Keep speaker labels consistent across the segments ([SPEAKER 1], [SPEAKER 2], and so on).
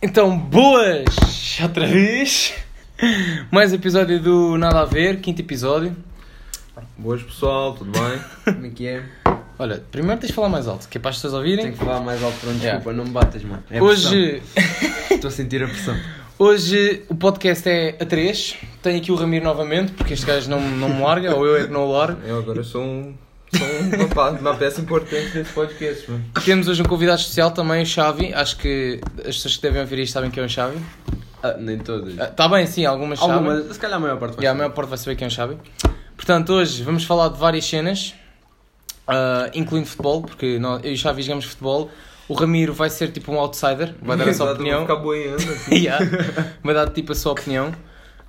[SPEAKER 1] Então, boas! Outra vez! Mais episódio do Nada a Ver, quinto episódio.
[SPEAKER 2] Boas pessoal, tudo bem?
[SPEAKER 3] Como é que é?
[SPEAKER 1] Olha, primeiro tens de falar mais alto, que é para as pessoas
[SPEAKER 3] Tenho
[SPEAKER 1] ouvirem.
[SPEAKER 3] que falar mais alto, pronto,
[SPEAKER 1] Yeah.
[SPEAKER 3] desculpa, não me batas, mano. É
[SPEAKER 1] Hoje,
[SPEAKER 3] pressão. Estou a sentir a pressão.
[SPEAKER 1] hoje o podcast é a 3. Tenho aqui o Ramiro novamente, porque este gajo não, não me larga, ou eu é que não o largo.
[SPEAKER 2] Eu agora sou um, sou um rapaz, uma peça importante desse podcast, mano.
[SPEAKER 1] Temos hoje um convidado especial também, o Xavi. Acho que as pessoas que devem ouvir isto sabem que é o Xavi.
[SPEAKER 3] Ah, nem todas.
[SPEAKER 1] Está bem, sim, algumas sabem.
[SPEAKER 3] Algumas, se calhar a maior parte vai
[SPEAKER 1] E a
[SPEAKER 3] ser.
[SPEAKER 1] maior parte vai saber quem é o Xabi. Portanto, hoje vamos falar de várias cenas, ah, incluindo futebol, porque nós, eu e o Xavi jogamos futebol. O Ramiro vai ser tipo um outsider, vai dar a sua
[SPEAKER 2] Vou
[SPEAKER 3] um
[SPEAKER 1] opinião.
[SPEAKER 2] ficar boiando.
[SPEAKER 1] Yeah. Vai dar tipo a sua opinião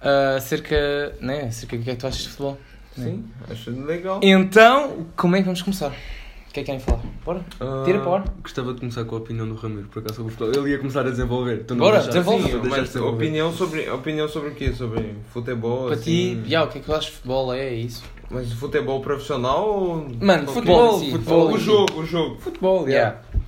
[SPEAKER 1] ah, acerca. Né? Acerca do que é que tu achas de futebol.
[SPEAKER 2] Sim, acho legal.
[SPEAKER 1] Então, como é que vamos começar? O que é que querem falar? Bora?
[SPEAKER 3] Ah,
[SPEAKER 1] Tira para o ar.
[SPEAKER 3] Gostava de começar com a opinião do Ramiro, por acaso, sobre o futebol. Ele ia começar a desenvolver. Então não
[SPEAKER 1] Bora,
[SPEAKER 3] vou deixar-
[SPEAKER 1] desenvolve.
[SPEAKER 3] Sim, vou deixar
[SPEAKER 2] Mas assim,
[SPEAKER 3] desenvolver.
[SPEAKER 2] opinião sobre, opinião sobre o quê? Sobre
[SPEAKER 3] oh,
[SPEAKER 2] futebol?
[SPEAKER 1] Para ti,
[SPEAKER 2] assim?
[SPEAKER 1] yeah, o que é que tu achas de futebol? É isso.
[SPEAKER 2] Mas futebol profissional ou...
[SPEAKER 1] Mano,
[SPEAKER 2] qualquer- assim?
[SPEAKER 1] futebol, sim, futebol.
[SPEAKER 2] O jogo, o jogo.
[SPEAKER 3] Futebol,
[SPEAKER 1] Yeah.
[SPEAKER 3] Oh, yeah.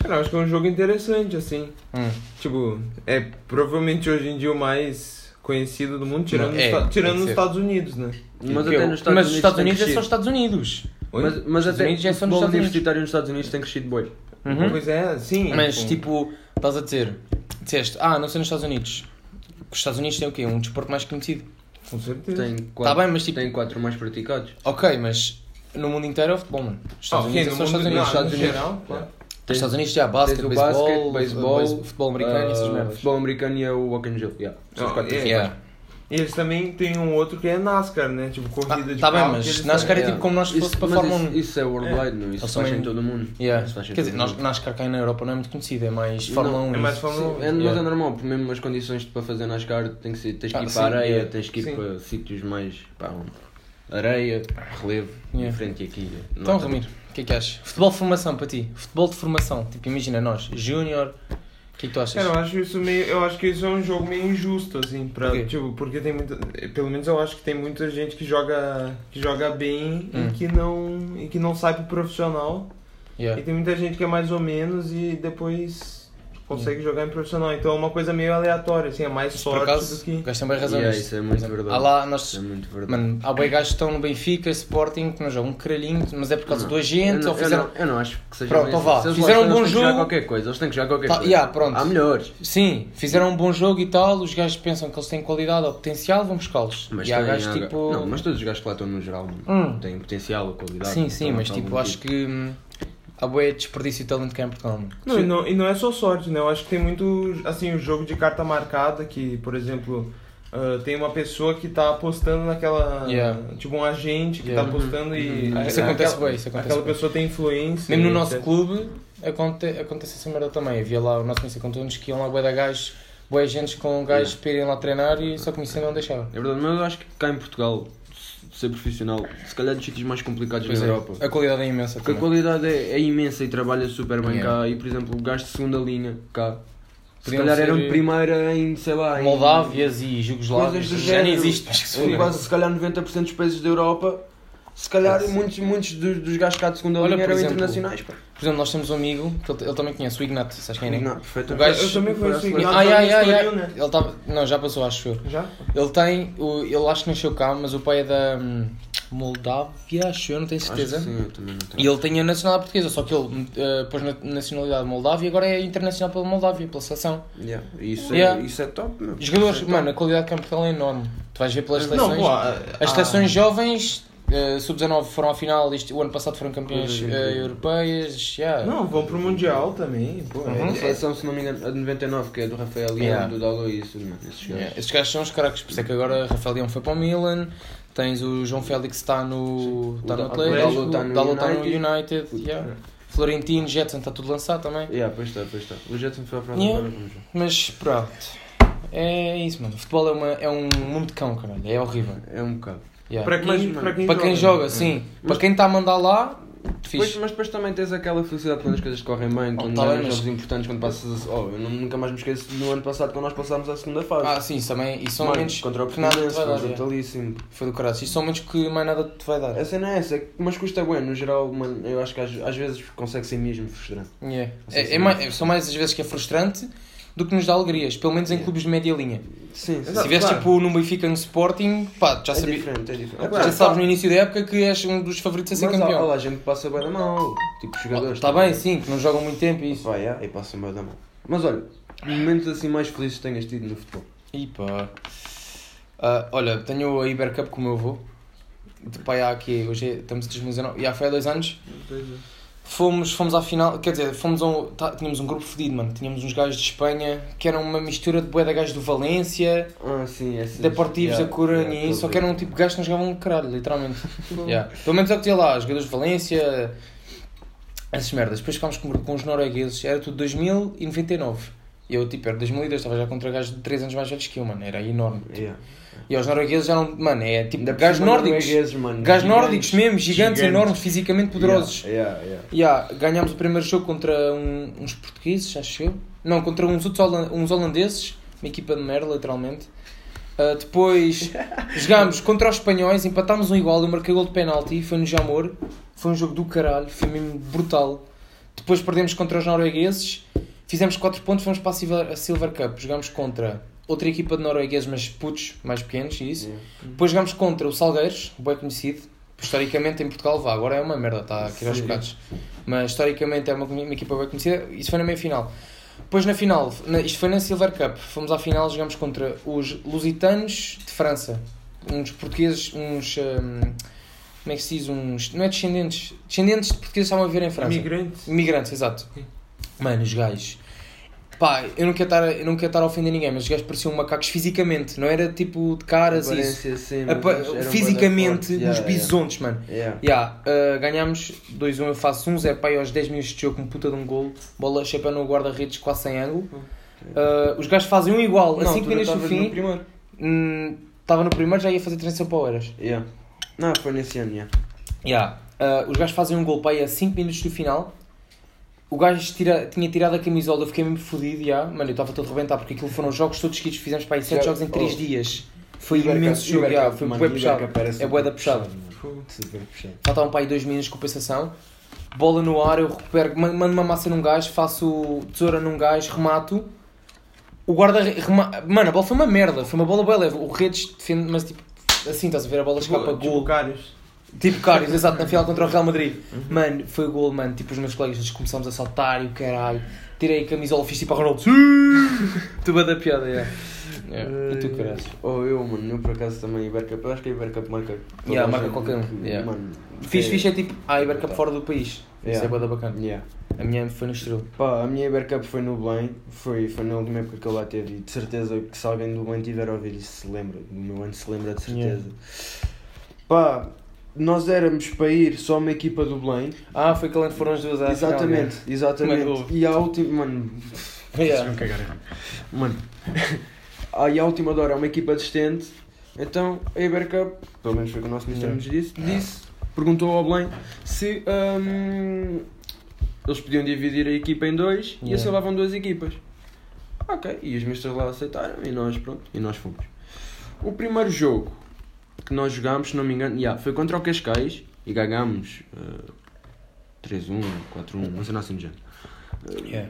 [SPEAKER 2] Cara, acho que é um jogo interessante, assim.
[SPEAKER 1] Hum.
[SPEAKER 2] Tipo, é provavelmente hoje em dia o mais conhecido do mundo, tirando,
[SPEAKER 1] Não,
[SPEAKER 2] os
[SPEAKER 1] é,
[SPEAKER 2] Esta-
[SPEAKER 1] tem
[SPEAKER 2] tirando
[SPEAKER 1] que
[SPEAKER 2] os
[SPEAKER 1] ser.
[SPEAKER 2] Estados Unidos, né?
[SPEAKER 3] Mas
[SPEAKER 1] Eu-
[SPEAKER 3] até nos Estados
[SPEAKER 1] mas os
[SPEAKER 3] Unidos.
[SPEAKER 1] Estados
[SPEAKER 3] tem
[SPEAKER 1] Unidos é só
[SPEAKER 3] crescido.
[SPEAKER 1] os Estados Unidos.
[SPEAKER 2] Oi?
[SPEAKER 3] Mas, mas
[SPEAKER 1] Estados
[SPEAKER 3] até
[SPEAKER 1] Unidos é só
[SPEAKER 3] o
[SPEAKER 1] nos
[SPEAKER 3] futebol
[SPEAKER 1] Estados Unidos.
[SPEAKER 3] universitário nos Estados Unidos tem crescido boi.
[SPEAKER 1] Uhum.
[SPEAKER 2] Pois é, sim.
[SPEAKER 1] Mas
[SPEAKER 2] tipo,
[SPEAKER 1] tipo, estás a dizer, disseste, ah, não sei nos Estados Unidos. Os Estados Unidos têm o quê? Um desporto mais conhecido.
[SPEAKER 2] Com certeza. Ah,
[SPEAKER 3] Tem
[SPEAKER 1] Tá
[SPEAKER 3] quatro,
[SPEAKER 1] bem, mas tipo-
[SPEAKER 3] tem quatro mais praticados.
[SPEAKER 1] Ok, mas no mundo inteiro é o futebol, mano. Os Estados
[SPEAKER 2] Ah, ok,
[SPEAKER 1] Unidos é
[SPEAKER 2] no
[SPEAKER 1] só os Estados
[SPEAKER 2] mundo- não,
[SPEAKER 1] Unidos. Os Estados
[SPEAKER 2] no
[SPEAKER 1] Unidos,
[SPEAKER 2] geral, claro.
[SPEAKER 1] os Estados Unidos já há basquete,
[SPEAKER 3] Tens o
[SPEAKER 1] beisebol,
[SPEAKER 3] basquete, beisebol,
[SPEAKER 1] beis- futebol americano e essas
[SPEAKER 3] ah,
[SPEAKER 1] merdas.
[SPEAKER 3] Futebol americano e é o walk and Jill, yeah. São os
[SPEAKER 2] Ah,
[SPEAKER 3] quatro.
[SPEAKER 2] é.
[SPEAKER 1] Yeah.
[SPEAKER 2] E eles também tem um outro que é NASCAR, né? Tipo, corrida
[SPEAKER 1] Ah,
[SPEAKER 2] de
[SPEAKER 1] tá bem,
[SPEAKER 2] carro, que
[SPEAKER 1] mas
[SPEAKER 2] eles
[SPEAKER 1] NASCAR é
[SPEAKER 2] têm.
[SPEAKER 1] tipo como nós
[SPEAKER 3] Isso-
[SPEAKER 1] fosse para a
[SPEAKER 3] mas
[SPEAKER 1] Fórmula 1.
[SPEAKER 3] isso, isso é worldwide, não? Isso
[SPEAKER 1] Eles
[SPEAKER 3] faz
[SPEAKER 1] também-
[SPEAKER 3] em todo o mundo.
[SPEAKER 1] Yeah.
[SPEAKER 3] Isso faz em
[SPEAKER 1] Quer
[SPEAKER 3] todo
[SPEAKER 1] dizer,
[SPEAKER 3] o
[SPEAKER 1] nós,
[SPEAKER 3] mundo.
[SPEAKER 1] NASCAR cá na Europa não é muito conhecida, é mais Fórmula
[SPEAKER 3] Não,
[SPEAKER 1] 1.
[SPEAKER 2] É mais Fórmula 1.
[SPEAKER 3] Sim, é, mas
[SPEAKER 1] Yeah.
[SPEAKER 3] é normal, porque mesmo as condições para fazer NASCAR tem que ser, tens que
[SPEAKER 1] Ah,
[SPEAKER 3] ir
[SPEAKER 1] sim,
[SPEAKER 3] para a areia,
[SPEAKER 1] yeah.
[SPEAKER 3] tens que ir
[SPEAKER 2] Sim.
[SPEAKER 3] para sítios mais pá, onde- areia, relevo,
[SPEAKER 1] Yeah.
[SPEAKER 3] diferente e aqui. não
[SPEAKER 1] Então,
[SPEAKER 3] há-
[SPEAKER 1] Ramiro, o que é que achas? Futebol de formação para ti? Futebol de formação, tipo, imagina nós, Júnior, o que é que tu achas?
[SPEAKER 2] Cara, eu acho isso meio. Eu acho que isso é um jogo meio injusto, assim, pra.
[SPEAKER 1] Por quê?
[SPEAKER 2] Tipo, porque tem muita. Pelo menos eu acho que tem muita gente que joga. que joga bem
[SPEAKER 1] Hum.
[SPEAKER 2] e que não. e que não sai pro profissional.
[SPEAKER 1] Yeah.
[SPEAKER 3] um
[SPEAKER 2] E tem muita gente que é mais ou menos e depois consegue jogar em profissional. Então é uma coisa meio aleatória, assim, é mais
[SPEAKER 1] Por
[SPEAKER 2] sorte
[SPEAKER 1] acaso,
[SPEAKER 2] do que.
[SPEAKER 1] o gajo tem bem razão
[SPEAKER 3] Yeah,
[SPEAKER 1] nisto.
[SPEAKER 3] isso é muito
[SPEAKER 1] Por exemplo,
[SPEAKER 3] verdade.
[SPEAKER 1] Há lá, nós,
[SPEAKER 3] Isso é muito verdade.
[SPEAKER 1] Mano, há boi gajos que estão no Benfica, Sporting, que não jogam um caralhinho, mas é por causa do agente,
[SPEAKER 3] eu
[SPEAKER 1] ou
[SPEAKER 3] não,
[SPEAKER 1] fizeram...
[SPEAKER 3] eu, não, eu não acho que seja
[SPEAKER 1] Pronto,
[SPEAKER 3] bem
[SPEAKER 1] então
[SPEAKER 3] assim.
[SPEAKER 1] vá.
[SPEAKER 3] Se eles
[SPEAKER 1] Fizeram
[SPEAKER 3] gostam,
[SPEAKER 1] um bom
[SPEAKER 3] eles têm que jogar
[SPEAKER 1] jogo.
[SPEAKER 3] qualquer coisa, eles têm que jogar qualquer
[SPEAKER 1] Tá,
[SPEAKER 3] coisa.
[SPEAKER 1] yeah, pronto.
[SPEAKER 3] Há melhores.
[SPEAKER 1] Sim, fizeram um bom jogo e tal, os gajos pensam que eles têm qualidade ou potencial, vão buscá-los.
[SPEAKER 3] Mas
[SPEAKER 1] E há
[SPEAKER 3] tem-
[SPEAKER 1] gajos
[SPEAKER 3] há-
[SPEAKER 1] tipo...
[SPEAKER 3] Não, mas todos os gajos que lá estão no geral
[SPEAKER 1] Hum.
[SPEAKER 3] têm potencial ou qualidade.
[SPEAKER 1] Sim, sim,
[SPEAKER 3] então,
[SPEAKER 1] mas
[SPEAKER 3] tá
[SPEAKER 1] tipo,
[SPEAKER 3] bom
[SPEAKER 1] acho que hum, há boi desperdício de talento cá em Portugal. mano.
[SPEAKER 2] Não, e não, e não é só sorte, né? Eu acho que tem muito, assim, o jogo de carta marcada, que, por exemplo, ah, tem uma pessoa que tá apostando naquela...
[SPEAKER 1] Yeah.
[SPEAKER 2] Tipo, um agente que
[SPEAKER 1] Yeah. Uhum.
[SPEAKER 2] tá apostando e...
[SPEAKER 1] Ah, isso acontece
[SPEAKER 2] aquela,
[SPEAKER 1] bué, isso acontece
[SPEAKER 2] Aquela
[SPEAKER 1] bué.
[SPEAKER 2] pessoa tem influência.
[SPEAKER 1] Mesmo no nosso
[SPEAKER 2] etc.
[SPEAKER 1] clube aconte- acontece essa merda também. Havia lá o nosso conhecido com todos que iam lá boi da gajos, boi agentes com gajos para irem lá treinar e só que o Messias não deixava.
[SPEAKER 3] É verdade, mas eu acho que cá em Portugal, se- ser profissional, se calhar dos sítios mais complicados
[SPEAKER 1] Pois
[SPEAKER 3] da
[SPEAKER 1] é,
[SPEAKER 3] Europa.
[SPEAKER 1] a qualidade é imensa.
[SPEAKER 3] Porque a
[SPEAKER 1] também.
[SPEAKER 3] qualidade é, é imensa e trabalha super bem
[SPEAKER 1] Yeah.
[SPEAKER 3] cá. E, por exemplo, o gajo de segunda linha cá, se
[SPEAKER 1] Podiam
[SPEAKER 3] calhar
[SPEAKER 1] ser-
[SPEAKER 3] eram primeira em, sei lá, em
[SPEAKER 1] Moldávias e
[SPEAKER 3] coisas
[SPEAKER 1] Jugoslávias.
[SPEAKER 3] do
[SPEAKER 1] Já
[SPEAKER 3] género.
[SPEAKER 1] nem existe, mas que se
[SPEAKER 3] Em
[SPEAKER 1] foda.
[SPEAKER 3] quase, se calhar, 90% dos países da Europa. Se calhar,
[SPEAKER 1] Ah, sim.
[SPEAKER 3] muitos, muitos dos, dos gajos cá de segunda
[SPEAKER 1] Olha,
[SPEAKER 3] linha
[SPEAKER 1] por
[SPEAKER 3] eram
[SPEAKER 1] exemplo,
[SPEAKER 3] internacionais. Pá.
[SPEAKER 1] Por exemplo, nós temos um amigo que ele, ele também conhece, o Ignato, sabes quem é? né? Ah,
[SPEAKER 3] Não, perfeito.
[SPEAKER 1] o gajo-
[SPEAKER 2] Eu também conheço o
[SPEAKER 3] Foi à
[SPEAKER 2] Ignacio.
[SPEAKER 1] Ai, ai, ai, ai.
[SPEAKER 2] Estoril, né?
[SPEAKER 1] Ele tava... Não, já passou, acho eu.
[SPEAKER 2] Já?
[SPEAKER 1] Ele tem. O... Ele acho que nasceu cá, mas o pai é da hum, Moldávia, acho eu, não tenho
[SPEAKER 3] Acho que
[SPEAKER 1] certeza.
[SPEAKER 3] Sim, eu também não tenho.
[SPEAKER 1] E ele tem a nacionalidade portuguesa, só que ele eh, pôs na nacionalidade Moldávia e agora é internacional pela Moldávia, pela seleção.
[SPEAKER 3] Yeah, Isso,
[SPEAKER 1] Yeah.
[SPEAKER 3] É, isso é top, meu.
[SPEAKER 1] Jogadores, mano, a qualidade que há em Portugal é enorme. Tu vais ver pelas seleções.
[SPEAKER 2] Não, pô, a-
[SPEAKER 1] As
[SPEAKER 3] Ah.
[SPEAKER 2] a-
[SPEAKER 1] seleções jovens, eh, sub-19 foram à final, este, o ano passado foram campeãs eh, europeias. Yeah.
[SPEAKER 2] ah, Não, vão pro Mundial também, pô. é-
[SPEAKER 3] A seleção, se não me engano, a de 99, que é do Rafael e
[SPEAKER 1] uhum. Yeah.
[SPEAKER 3] do Dalo e isso, mano. Esses gajos.
[SPEAKER 1] Yeah. Estes gajos são os caracos, por isso é que agora Rafael Leão foi para o Milan, tens o João Félix está no, está no
[SPEAKER 3] O Dal-
[SPEAKER 1] Atlético,
[SPEAKER 3] o Dalot está
[SPEAKER 1] o
[SPEAKER 3] no
[SPEAKER 1] Dalot está no
[SPEAKER 3] United.
[SPEAKER 1] United, yeah. Florentino, Jetson está tudo lançado também.
[SPEAKER 3] Yeah, pois está, pois está. O Jetson foi à França
[SPEAKER 1] Yeah.
[SPEAKER 3] agora vamos ver.
[SPEAKER 1] Mas pronto, é isso mano, futebol é, uma, é um mundo de cão, caralho, é horrível.
[SPEAKER 3] É um bocado.
[SPEAKER 1] Yeah.
[SPEAKER 2] Pra, quem,
[SPEAKER 3] Mas, mano,
[SPEAKER 2] pra quem
[SPEAKER 1] Para quem joga, sim,
[SPEAKER 3] Hum. Mas-
[SPEAKER 1] para quem está a mandar lá,
[SPEAKER 3] Pois,
[SPEAKER 1] fixe.
[SPEAKER 3] mas depois também tens aquela felicidade quando as coisas correm bem,
[SPEAKER 1] Oh,
[SPEAKER 3] quando
[SPEAKER 1] tá
[SPEAKER 3] ganhas
[SPEAKER 1] bem, mas-
[SPEAKER 3] jogos importantes, quando passas a... Oh, eu não- nunca mais me esqueço do ano passado quando nós passámos à segunda fase.
[SPEAKER 1] Ah, sim, isso também, e são
[SPEAKER 3] Mano,
[SPEAKER 1] momentos
[SPEAKER 3] contra o
[SPEAKER 1] que nada te
[SPEAKER 3] Portimonense,
[SPEAKER 1] vai
[SPEAKER 3] foi um
[SPEAKER 1] dar.
[SPEAKER 3] jogo
[SPEAKER 1] yeah.
[SPEAKER 3] talíssimo.
[SPEAKER 1] Foi do caralho, isso são momentos que mais nada te vai dar.
[SPEAKER 3] A cena é essa, mas custa bem, no geral, mano, eu acho que às, às vezes consegue ser mesmo frustrante.
[SPEAKER 1] Yeah.
[SPEAKER 3] Não sei
[SPEAKER 1] É,
[SPEAKER 3] se
[SPEAKER 1] é
[SPEAKER 3] é
[SPEAKER 1] mais, são mais as vezes que é frustrante do que nos dá alegrias, pelo menos em clubes de média linha.
[SPEAKER 3] Sim,
[SPEAKER 1] Se
[SPEAKER 2] Exato,
[SPEAKER 1] tivesse
[SPEAKER 2] claro.
[SPEAKER 1] tipo no Benfica no Sporting, pá, já
[SPEAKER 3] É
[SPEAKER 1] sabias.
[SPEAKER 3] diferente, é diferente.
[SPEAKER 2] É claro.
[SPEAKER 1] Já sabes no início da época que és um dos favoritos a
[SPEAKER 3] Mas
[SPEAKER 1] ser
[SPEAKER 3] há, há
[SPEAKER 1] campeão.
[SPEAKER 3] lá gente que passa bem da mão. Tipo, os jogadores.
[SPEAKER 1] Está Tá bem, sim, que não jogam muito tempo e isso.
[SPEAKER 3] Vai, é, e passa bem da mão. Mas olha, momentos assim mais felizes que tenhas tido no futebol.
[SPEAKER 1] E pá. Ah, olha, tenho a Ibercup com o meu avô. De pai há aqui, hoje é- estamos em 2019, já foi há dois anos. Fomos, fomos à final, quer dizer, fomos a um, tá- tínhamos um grupo fedido, mano. Tínhamos uns gajos de Espanha que eram uma mistura de bué de gajos do Valência,
[SPEAKER 3] Ah, sim, é sim.
[SPEAKER 1] Deportivos
[SPEAKER 3] Yeah,
[SPEAKER 1] da Corunha
[SPEAKER 3] yeah,
[SPEAKER 1] e isso, só
[SPEAKER 3] tudo
[SPEAKER 1] que
[SPEAKER 3] bem.
[SPEAKER 1] eram tipo gajos que não jogavam um caralho, literalmente. Yeah. Pelo menos é o que tinha lá, jogadores de Valência, essas merdas. Depois ficámos com, com os noruegueses, era tudo 2099. E eu, tipo, era 2002, estava já contra gajos de 3 anos mais velhos que eu, mano, era enorme.
[SPEAKER 3] Yeah.
[SPEAKER 1] E os noruegueses eram, mano, é tipo
[SPEAKER 3] Ainda por
[SPEAKER 1] gajos
[SPEAKER 3] cima
[SPEAKER 1] nórdicos.
[SPEAKER 3] noruegueses, mano.
[SPEAKER 1] Gajos
[SPEAKER 3] Gigantes.
[SPEAKER 1] nórdicos mesmo, gigantes,
[SPEAKER 2] Gigantes.
[SPEAKER 1] enormes, fisicamente poderosos.
[SPEAKER 3] Yeah, yeah,
[SPEAKER 1] Yeah, ganhámos o primeiro jogo contra um- uns portugueses, acho eu. Não, contra uns, outros holan- uns holandeses, uma equipa de merda, literalmente. Ah, depois jogámos contra os espanhóis, empatámos um igual, eu marquei gol de penalti, foi no Jamor. Foi um jogo do caralho, foi mesmo brutal. Depois perdemos contra os noruegueses, fizemos 4 pontos, fomos para a Silver, a Silver Cup. Jogámos contra outra equipa de noruegueses, mas putos, mais pequenos e isso.
[SPEAKER 3] yeah.
[SPEAKER 1] Depois jogámos contra o Salgueiros, bem conhecido. Historicamente em Portugal, vá, agora é uma merda, está aqui aos
[SPEAKER 3] Sim.
[SPEAKER 1] bocados. Mas historicamente é uma, uma equipa bem conhecida. Isso foi na meia-final. Depois na final, na- isto foi na Silver Cup. Fomos à final, jogámos contra os Lusitanos de França. Uns portugueses, uns... hum, como é que se diz? Uns... Não é descendentes. Descendentes de portugueses que estavam a viver em França.
[SPEAKER 2] Imigrante.
[SPEAKER 1] Imigrantes, exato. Mano, os gajos. Pá, eu não quero estar, a- eu não quero estar a ofender ninguém, mas os gajos pareciam macacos fisicamente, não era tipo de caras e isso.
[SPEAKER 3] Aparência, sim,
[SPEAKER 1] Apa-
[SPEAKER 3] mas eram bué da
[SPEAKER 1] fisicamente,
[SPEAKER 3] forte. Yeah,
[SPEAKER 1] uns
[SPEAKER 3] yeah.
[SPEAKER 1] bisontes, mano.
[SPEAKER 3] Yeah.
[SPEAKER 1] Yeah, uh, ganhámos 2-1, eu faço 1 0 pai aos 10 minutos de jogo com puta de um gol, bola chapéu no guarda-redes quase sem ângulo. Uh, os gajos fazem um igual, a 5 minutos do fim,
[SPEAKER 2] primeiro.
[SPEAKER 1] hum, estava no primeiro, já ia fazer transição para o Eras.
[SPEAKER 3] Yeah. Não, foi nesse ano, yeah.
[SPEAKER 1] Yeah. Ah, os gajos fazem um gol para aí a 5 minutos do final. O gajo tira- tinha tirado a camisola, eu fiquei mesmo fodido. Yeah. Mano, eu estava todo rebentado porque aquilo foram jogos todos seguidos. Fizemos para aí 7
[SPEAKER 3] Já-
[SPEAKER 1] jogos em 3
[SPEAKER 3] oh.
[SPEAKER 1] dias. Foi imenso jogo. yeah, Foi bué puxado. É bué da puxada.
[SPEAKER 3] Super puxado.
[SPEAKER 1] Faltavam para aí 2 minutos de compensação. Bola no ar, eu recupero, man- mando uma massa num gajo, faço tesoura num gajo, remato. O guarda. Rema... Mano, a bola foi uma merda. Foi uma bola bem leve. O Redes defende, mas tipo, assim estás a ver, a bola escapa gol.
[SPEAKER 2] Caros.
[SPEAKER 1] Tipo Cários, exato, na final contra o Real Madrid.
[SPEAKER 3] Uhum.
[SPEAKER 1] Mano, foi o gol, mano. Tipo, os meus colegas todos começámos a saltar e o caralho. Tirei a camisola, fiz tipo a Ronaldo. tu bada da piada, é. É, E tu, caralho.
[SPEAKER 3] Ou eu, mano, eu por acaso também, Ibercup. Eu acho que a Ibercup marca. toda
[SPEAKER 1] Yeah,
[SPEAKER 3] a
[SPEAKER 1] marca
[SPEAKER 3] gente
[SPEAKER 1] qualquer um,
[SPEAKER 3] que,
[SPEAKER 1] yeah.
[SPEAKER 3] Mano,
[SPEAKER 1] Fiz,
[SPEAKER 3] é-
[SPEAKER 1] fiz é tipo a Ibercup fora do país. Isso
[SPEAKER 3] Yeah.
[SPEAKER 1] é bada bacana.
[SPEAKER 3] Yeah.
[SPEAKER 1] A minha foi no Estrela.
[SPEAKER 3] Pá, a minha Ibercup foi no Belém, foi, foi na última época que eu lá teve e de certeza que se alguém do Belém tiver a ouvir isso se lembra, do meu ano se lembra de certeza. Pá, nós éramos para ir só uma equipa do Belém.
[SPEAKER 1] Ah, foi aquele ano que foram as duas à final,
[SPEAKER 3] exatamente, exatamente.
[SPEAKER 1] Como é que
[SPEAKER 3] e a última, mano,
[SPEAKER 1] né? Yeah.
[SPEAKER 3] Mano, aí à última hora é uma equipa distante, então a Ibercup, pelo menos foi o que o nosso ministro nos disse, disse, perguntou ao Belém se hum, eles podiam dividir a equipa em dois e
[SPEAKER 1] Yeah.
[SPEAKER 3] assim levavam duas equipas. Ok, e os ministros lá aceitaram e nós, pronto, e nós fomos. O primeiro jogo que nós jogámos, se não me engano, yeah, foi contra o Cascais e ganhámos um, ah, 3-1, 4-1, não sei lá assim de género. Eh,
[SPEAKER 1] Yeah.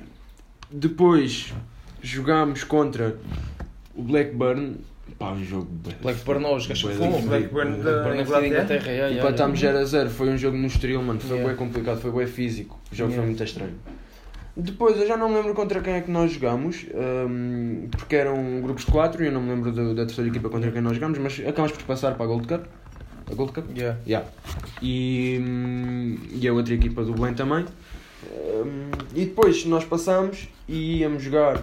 [SPEAKER 3] Depois jogámos contra o Blackburn. Pá, um jogo. bué-
[SPEAKER 1] Blackburn, não, os gajos
[SPEAKER 3] bué
[SPEAKER 1] que
[SPEAKER 3] da
[SPEAKER 1] foram.
[SPEAKER 2] O Blackburn
[SPEAKER 3] fodido.
[SPEAKER 2] da
[SPEAKER 1] Para na
[SPEAKER 2] Inglaterra.
[SPEAKER 1] Inglaterra, yeah, yeah,
[SPEAKER 3] Empatámos 0 a 0. Foi um jogo no estril, mano. Foi
[SPEAKER 1] Yeah.
[SPEAKER 3] bué complicado, foi bué físico. O jogo
[SPEAKER 1] Yeah.
[SPEAKER 3] foi muito estranho. Depois, eu já não me lembro contra quem é que nós jogámos, hum, porque eram grupos de 4 e eu não me lembro da, da terceira equipa contra quem nós jogámos, mas acabámos por passar para a Gold Cup. A Gold Cup?
[SPEAKER 1] Yeah.
[SPEAKER 3] Yeah. E, hum, e a outra equipa do Belém também. Hum, e depois nós passámos e íamos jogar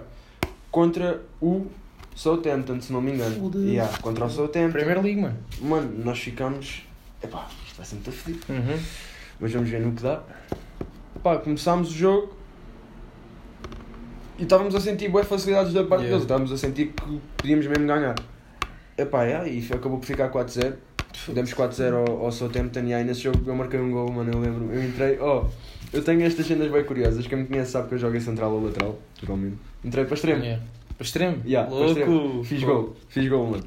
[SPEAKER 3] contra o Southampton, se não me engano.
[SPEAKER 1] Foda-se.
[SPEAKER 3] Yeah, contra o Southampton.
[SPEAKER 1] Primeira Liga, mano.
[SPEAKER 3] Mano, nós ficámos. Epá, isto vai ser muito fedido.
[SPEAKER 1] Uhum.
[SPEAKER 3] Mas vamos ver no que dá. Pá, começámos o jogo. E estávamos a sentir boas facilidades da parte
[SPEAKER 1] Yeah.
[SPEAKER 3] deles. Estávamos a sentir que podíamos mesmo ganhar. Epá, yeah, e acabou por ficar 4-0. Demos 4-0 ao, ao Southampton e aí nesse jogo eu marquei um gol, mano, eu lembro. Eu entrei, oh, eu tenho estas cenas bem curiosas, quem me conhece sabe que eu jogo em central ou lateral, geralmente. Entrei para extremo.
[SPEAKER 1] Yeah. Para extremo?
[SPEAKER 3] Yeah, para
[SPEAKER 1] Louco!
[SPEAKER 3] extremo. Fiz gol, fiz gol, mano.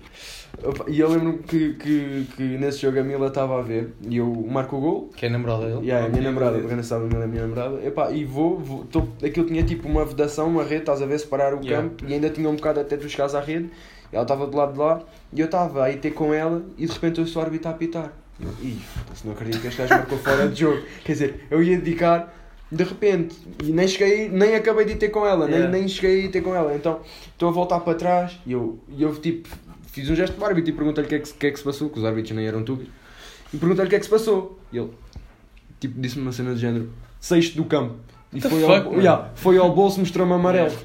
[SPEAKER 3] Opa, E eu lembro-me que, que, que nesse jogo a Mila estava a ver e eu marco o gol.
[SPEAKER 1] Quem é namorado dele?
[SPEAKER 3] Yeah, é a minha
[SPEAKER 2] Ok,
[SPEAKER 3] namorada,
[SPEAKER 2] beleza.
[SPEAKER 3] para quem não sabe, a Mila é a minha namorada. Epá, e vou, vou tô, aquilo tinha tipo uma vedação, uma rede, estás a ver, separar o
[SPEAKER 1] Yeah.
[SPEAKER 3] campo e ainda tinha um bocado até tu chegares à rede. E ela estava do lado de lá e eu estava a ir ter com ela e de repente ouço o árbitro a apitar. E eu, Ih, foda-se, não acredito que este gajo marcou fora de jogo. Quer dizer, eu ia indicar de repente e nem cheguei, nem acabei de ir ter com ela,
[SPEAKER 1] Yeah.
[SPEAKER 3] nem, nem cheguei a ir ter com ela. Então estou a voltar para trás e eu, e eu tipo fiz um gesto para o árbitro e perguntei-lhe o que, é que, se- o que é que se passou, que os árbitros nem eram tubos. E perguntei-lhe o que é que se passou. E ele tipo, disse-me uma cena de género: sexto do campo. E
[SPEAKER 1] The
[SPEAKER 3] foi,
[SPEAKER 1] fuck,
[SPEAKER 3] ao,
[SPEAKER 1] man?
[SPEAKER 3] yeah, foi ao bolso, mostrou-me amarelo.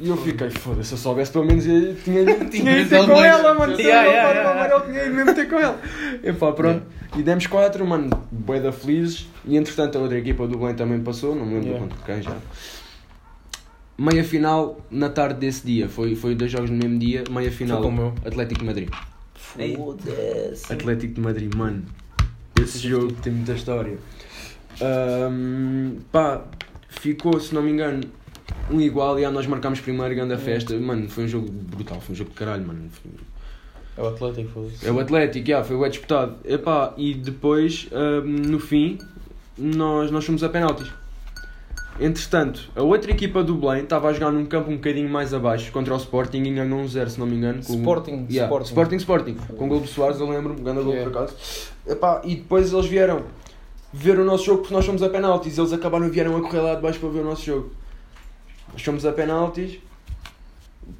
[SPEAKER 3] E eu fiquei, foda-se, se eu soubesse pelo menos eu tinha, tinha ido ter
[SPEAKER 1] ido
[SPEAKER 3] com
[SPEAKER 1] longe.
[SPEAKER 3] ela, mano. Se
[SPEAKER 1] Yeah,
[SPEAKER 3] eu
[SPEAKER 1] yeah,
[SPEAKER 3] não para o
[SPEAKER 1] yeah,
[SPEAKER 3] amarelo, tinha ido mesmo ter com ela. E pá, pronto. E demos quatro, mano, bué da felizes. E entretanto a outra equipa do Belém também passou, não me lembro
[SPEAKER 1] Yeah.
[SPEAKER 3] contra quem já. Meia final na tarde desse dia, foi, foi dois jogos no mesmo dia, meia final
[SPEAKER 1] Foi como
[SPEAKER 3] Atlético de Madrid.
[SPEAKER 1] Foda-se!
[SPEAKER 3] Atlético de Madrid, mano. Esse jogo tem muita história. Ahm, pá, ficou, se não me engano, um igual e ah, nós marcámos primeiro grande a festa. Mano, foi um jogo brutal, foi um jogo de caralho, mano. Foi-
[SPEAKER 1] É o Atlético, foda-se.
[SPEAKER 3] É o Atlético, já, foi o é disputado. Epá, e depois, ahm, no fim, nós, nós fomos a penaltis. Entretanto, a outra equipa do Belém estava a jogar num campo um bocadinho mais abaixo contra o Sporting e ganhou um zero, se não me engano. com o-
[SPEAKER 1] Sporting,
[SPEAKER 3] Yeah,
[SPEAKER 1] Sporting.
[SPEAKER 3] Sporting, Sporting. Com o gol do Soares, eu lembro, um grande gol
[SPEAKER 1] Yeah.
[SPEAKER 3] por acaso. Epá, e depois eles vieram ver o nosso jogo porque nós fomos a penaltis. Eles acabaram e vieram a correr lá de baixo para ver o nosso jogo. Nós fomos a penaltis.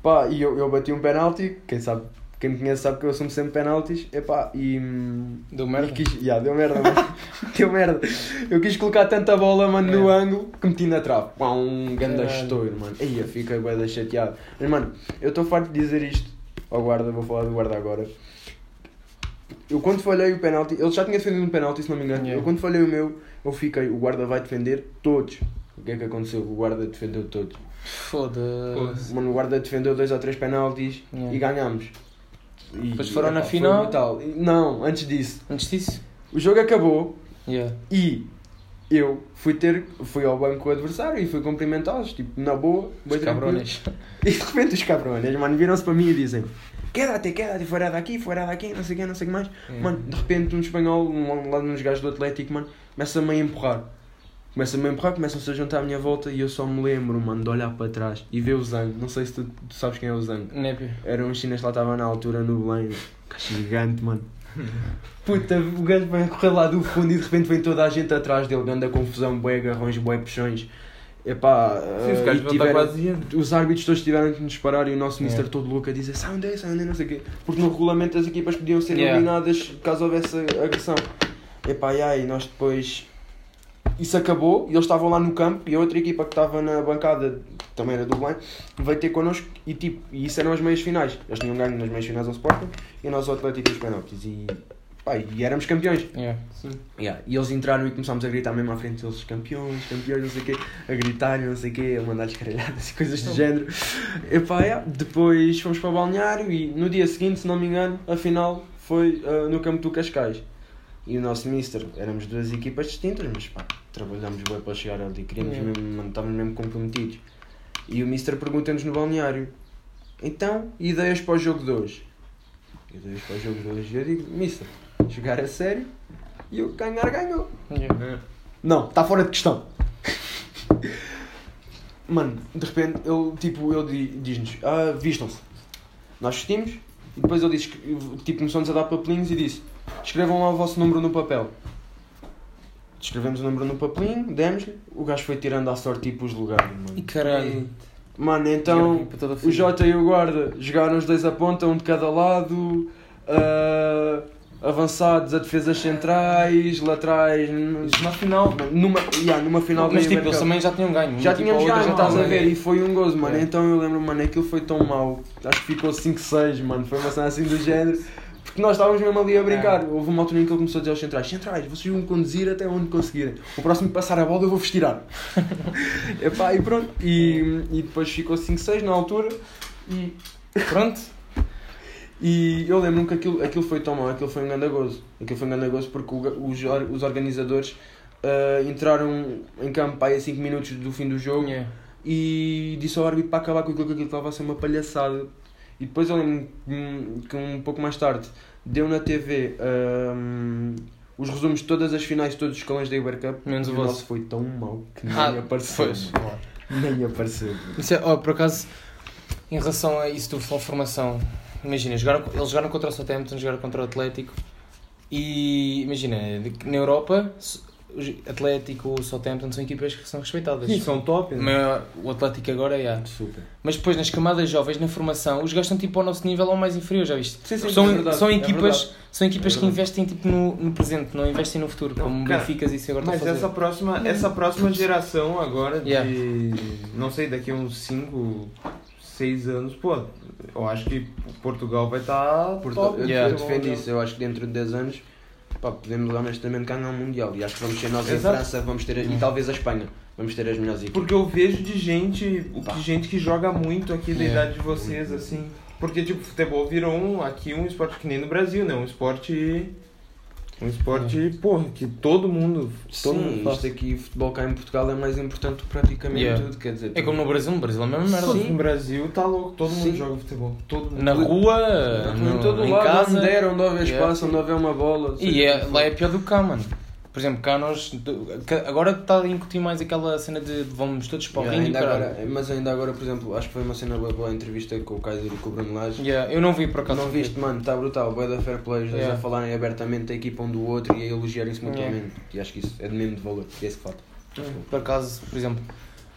[SPEAKER 3] Pá, e eu, eu bati um penalti. Quem sabe, quem me conhece sabe que eu assumo sempre penaltis. Epá, e. hum,
[SPEAKER 1] Deu
[SPEAKER 3] e
[SPEAKER 1] merda?
[SPEAKER 3] quis, Ya, deu merda, mano. deu merda. Eu quis colocar tanta bola, mano, no
[SPEAKER 1] É.
[SPEAKER 3] ângulo que meti na trave. Pá, um ganda
[SPEAKER 1] Caralho.
[SPEAKER 3] estouro, mano. Aí eu fiquei bué da chateado. Mas, mano, eu estou farto de dizer isto ao guarda, vou falar do guarda agora. Eu quando falhei o penalti, ele já tinha defendido um penalti, se não me engano.
[SPEAKER 1] Yeah.
[SPEAKER 3] Eu quando falhei o meu, eu fiquei, o guarda vai defender todos. O que é que aconteceu? O guarda defendeu todos.
[SPEAKER 1] Foda-se.
[SPEAKER 3] Mano, o guarda defendeu dois ou três penaltis
[SPEAKER 1] Yeah.
[SPEAKER 3] e ganhámos. E,
[SPEAKER 1] Depois foram na
[SPEAKER 3] epá, foi
[SPEAKER 1] final?
[SPEAKER 3] brutal. Não, antes disso.
[SPEAKER 1] Antes disso?
[SPEAKER 3] O jogo acabou,
[SPEAKER 1] Yeah.
[SPEAKER 3] e eu fui ter, fui ao banco adversário e fui cumprimentá-los, tipo, na boa,
[SPEAKER 1] Os
[SPEAKER 3] bem tranquilo.
[SPEAKER 1] cabrones.
[SPEAKER 3] E de repente os cabrões, mano, viram-se para mim e dizem: Quédate, quédate, fora daqui, fora daqui, não sei o que, não sei o que mais. Mano, de repente um espanhol, um, lá nos gajos do Atlético, mano, começa-me a empurrar. Começa-me a empurrar, começam-se a juntar à minha volta e eu só me lembro, mano, de olhar para trás e ver o Zang. Não sei se tu, tu sabes quem é o Zang.
[SPEAKER 1] Népio.
[SPEAKER 3] Era um chinês que lá estava na altura no Belém. Gajo gigante, mano. Puta, o gajo vai correr lá do fundo e de repente vem toda a gente atrás dele, dando a confusão, bué agarrões, bué puxões. Epá,
[SPEAKER 2] Sim, os gajos
[SPEAKER 3] eh, e
[SPEAKER 2] vão estar
[SPEAKER 3] tiveram-
[SPEAKER 2] quase indo.
[SPEAKER 3] os árbitros todos tiveram que nos parar e o nosso mister
[SPEAKER 1] Yeah.
[SPEAKER 3] todo louco a dizer sai onde é, sai onde é, não sei o quê. Porque no regulamento as equipas podiam ser
[SPEAKER 1] Yeah.
[SPEAKER 3] eliminadas caso houvesse agressão. Epá, e aí nós depois... Isso acabou e eles estavam lá no campo e a outra equipa que estava na bancada, que também era do Belém, veio ter connosco e tipo, e isso eram as meias finais. Eles tinham ganho nas meias finais ao Sporting e nós ao Atlético dos penaltis e... Pá, e éramos campeões.
[SPEAKER 1] Yeah.
[SPEAKER 3] Yeah, E eles entraram e começámos a gritar mesmo à frente deles, campeões, campeões, não sei o quê, a gritar, não sei o quê, a mandar-lhes caralhadas e coisas do género. Epá, yeah. Depois fomos para o balneário e no dia seguinte, se não me engano, a final foi ah, no campo do Cascais. E o nosso mister, éramos duas equipas distintas, mas pá, trabalhámos bem para chegar ali, queríamos
[SPEAKER 1] Yeah.
[SPEAKER 3] mesmo, mano, estávamos mesmo comprometidos. E o mister pergunta-nos no balneário, então, ideias para o jogo de hoje? Ideias para o jogo de hoje? Eu digo, mister, jogar a sério e o ganhar ganhou.
[SPEAKER 1] Yeah.
[SPEAKER 2] É.
[SPEAKER 3] Não, está fora de questão. Mano, de repente, ele, tipo, ele di- diz-nos, ah, vistam-se. Nós vestimos, e depois ele diz, que- tipo, começou-nos a dar papelinhos e disse, escrevam lá o vosso número no papel. Escrevemos o número no papelinho, demos-lhe, o gajo foi tirando à sorte, tipo, os lugares,
[SPEAKER 1] E
[SPEAKER 3] mano.
[SPEAKER 1] caralho.
[SPEAKER 3] Mano, então,
[SPEAKER 1] Para toda a
[SPEAKER 3] o
[SPEAKER 1] filha.
[SPEAKER 3] Jota e o Guarda jogaram os dois a ponta, um de cada lado, ah, avançados a defesas centrais, laterais... n-
[SPEAKER 2] Na é final,
[SPEAKER 3] numa, yeah, numa final
[SPEAKER 1] Mas
[SPEAKER 3] ganha
[SPEAKER 1] tipo, eles
[SPEAKER 3] Mercado.
[SPEAKER 1] também já tinham ganho.
[SPEAKER 3] já
[SPEAKER 1] Tipo,
[SPEAKER 3] tínhamos
[SPEAKER 1] outra
[SPEAKER 3] ganho,
[SPEAKER 1] já
[SPEAKER 3] estás a
[SPEAKER 1] tava
[SPEAKER 3] ver,
[SPEAKER 1] ganho.
[SPEAKER 3] e foi um gozo, mano.
[SPEAKER 1] É.
[SPEAKER 3] Então eu lembro, mano, aquilo foi tão mau, acho que ficou 5-6, mano, foi uma cena assim do género. Porque nós estávamos mesmo ali a
[SPEAKER 1] É.
[SPEAKER 3] brincar. Houve uma altura em que ele começou a dizer aos centrais: Centrais, vocês vão me conduzir até onde conseguirem. O próximo que passar a bola eu vou-vos tirar. Epá, e pronto. E, e depois ficou 5-6 na altura. E,
[SPEAKER 1] Pronto.
[SPEAKER 3] e eu lembro-me que aquilo, aquilo foi tão mau, aquilo foi um grande gozo. Aquilo foi um grande gozo porque o ga- os, or- os organizadores ah, entraram em campo aí a 5 minutos do fim do jogo
[SPEAKER 1] Yeah.
[SPEAKER 3] e e disse ao árbitro para acabar com aquilo que aquilo estava a ser uma palhaçada. E depois eu lembro que um pouco mais tarde deu na TV hum, os resumos de todas as finais de todos os escalões da Uber Cup.
[SPEAKER 1] Menos
[SPEAKER 3] e
[SPEAKER 1] o
[SPEAKER 3] o
[SPEAKER 1] vosso.
[SPEAKER 3] nosso foi tão mau que nem
[SPEAKER 1] Ah,
[SPEAKER 3] apareceu.
[SPEAKER 1] pois.
[SPEAKER 3] Nem apareceu.
[SPEAKER 1] Isso é, oh, por acaso, em relação a isso do futebol de formação, imagina, jogaram, eles jogaram contra o Southampton, jogaram contra o Atlético e imagina, de- na Europa, s- os Atlético o Southampton são equipas que são respeitadas.
[SPEAKER 2] Sim, são top. né?
[SPEAKER 1] Mas O Atlético agora é. Yeah.
[SPEAKER 3] Super.
[SPEAKER 1] Mas depois nas camadas jovens, na formação, os gajos estão tipo ao nosso nível ou mais inferior, já viste?
[SPEAKER 3] Sim, sim,
[SPEAKER 1] são,
[SPEAKER 3] é verdade,
[SPEAKER 1] são
[SPEAKER 3] é
[SPEAKER 1] equipas,
[SPEAKER 3] verdade.
[SPEAKER 1] são equipas
[SPEAKER 3] É
[SPEAKER 1] que
[SPEAKER 3] verdade.
[SPEAKER 1] investem tipo, no, no presente, não investem no futuro,
[SPEAKER 2] Não,
[SPEAKER 1] como
[SPEAKER 2] cara,
[SPEAKER 1] Benficas isso agora
[SPEAKER 2] Mas
[SPEAKER 3] é
[SPEAKER 1] estão a fazer.
[SPEAKER 2] essa próxima, essa próxima geração agora de.
[SPEAKER 1] Yeah.
[SPEAKER 2] Não sei, daqui a uns 5, 6 anos, pô, eu acho que Portugal vai tá estar.
[SPEAKER 3] Portugal, eu,
[SPEAKER 1] Yeah.
[SPEAKER 3] eu defendo
[SPEAKER 2] né?
[SPEAKER 3] isso. Eu acho que dentro de 10 anos pá, podemos honestamente ganhar um Mundial. E acho que vamos ser nós
[SPEAKER 2] Exato.
[SPEAKER 3] em França vamos ter, a-
[SPEAKER 1] Hum.
[SPEAKER 3] e talvez a Espanha. Vamos ter as melhores equipas.
[SPEAKER 2] Porque eu vejo de gente, o
[SPEAKER 3] Pá.
[SPEAKER 2] de gente que joga muito aqui da
[SPEAKER 1] É.
[SPEAKER 2] idade de vocês, assim. Porque, tipo, futebol virou um, aqui um esporte que nem no Brasil, né? Um esporte. Um esporte, porra, que todo mundo. Todo
[SPEAKER 3] Sim,
[SPEAKER 2] mundo faz.
[SPEAKER 3] isto aqui, futebol cá em Portugal é mais importante que praticamente
[SPEAKER 1] Yeah.
[SPEAKER 3] tudo. Quer dizer,
[SPEAKER 1] É como no Brasil, no Brasil é a mesma merda.
[SPEAKER 2] Todo- No Brasil tá louco, todo mundo
[SPEAKER 3] Sim.
[SPEAKER 2] joga futebol. Todo mundo.
[SPEAKER 1] Na rua,
[SPEAKER 3] Em
[SPEAKER 1] no,
[SPEAKER 3] todo
[SPEAKER 1] em
[SPEAKER 3] lado, né?
[SPEAKER 1] casa.
[SPEAKER 3] onde der, onde houver
[SPEAKER 1] é? Yeah.
[SPEAKER 3] espaço, onde houver uma bola.
[SPEAKER 1] assim. E é, lá é pior do que cá, mano. Por exemplo, cá nós. do- cá- Agora está a incutir mais aquela cena de vamos todos para o
[SPEAKER 3] Yeah,
[SPEAKER 1] ringue e
[SPEAKER 3] ainda
[SPEAKER 1] caralho.
[SPEAKER 3] agora, mas ainda agora, por exemplo, acho que foi uma cena boa, boa a entrevista com o Kaiser e com o Bruno Lage.
[SPEAKER 1] Yeah, eu não vi por acaso.
[SPEAKER 3] Não viste, mano, está brutal. Boa da Fair Play, os dois
[SPEAKER 1] Yeah.
[SPEAKER 3] a falarem abertamente da equipa um do outro e a elogiarem-se
[SPEAKER 1] Yeah.
[SPEAKER 3] mutuamente. E acho que isso é de mesmo de valor. e Esse que falta.
[SPEAKER 1] Por acaso, por exemplo,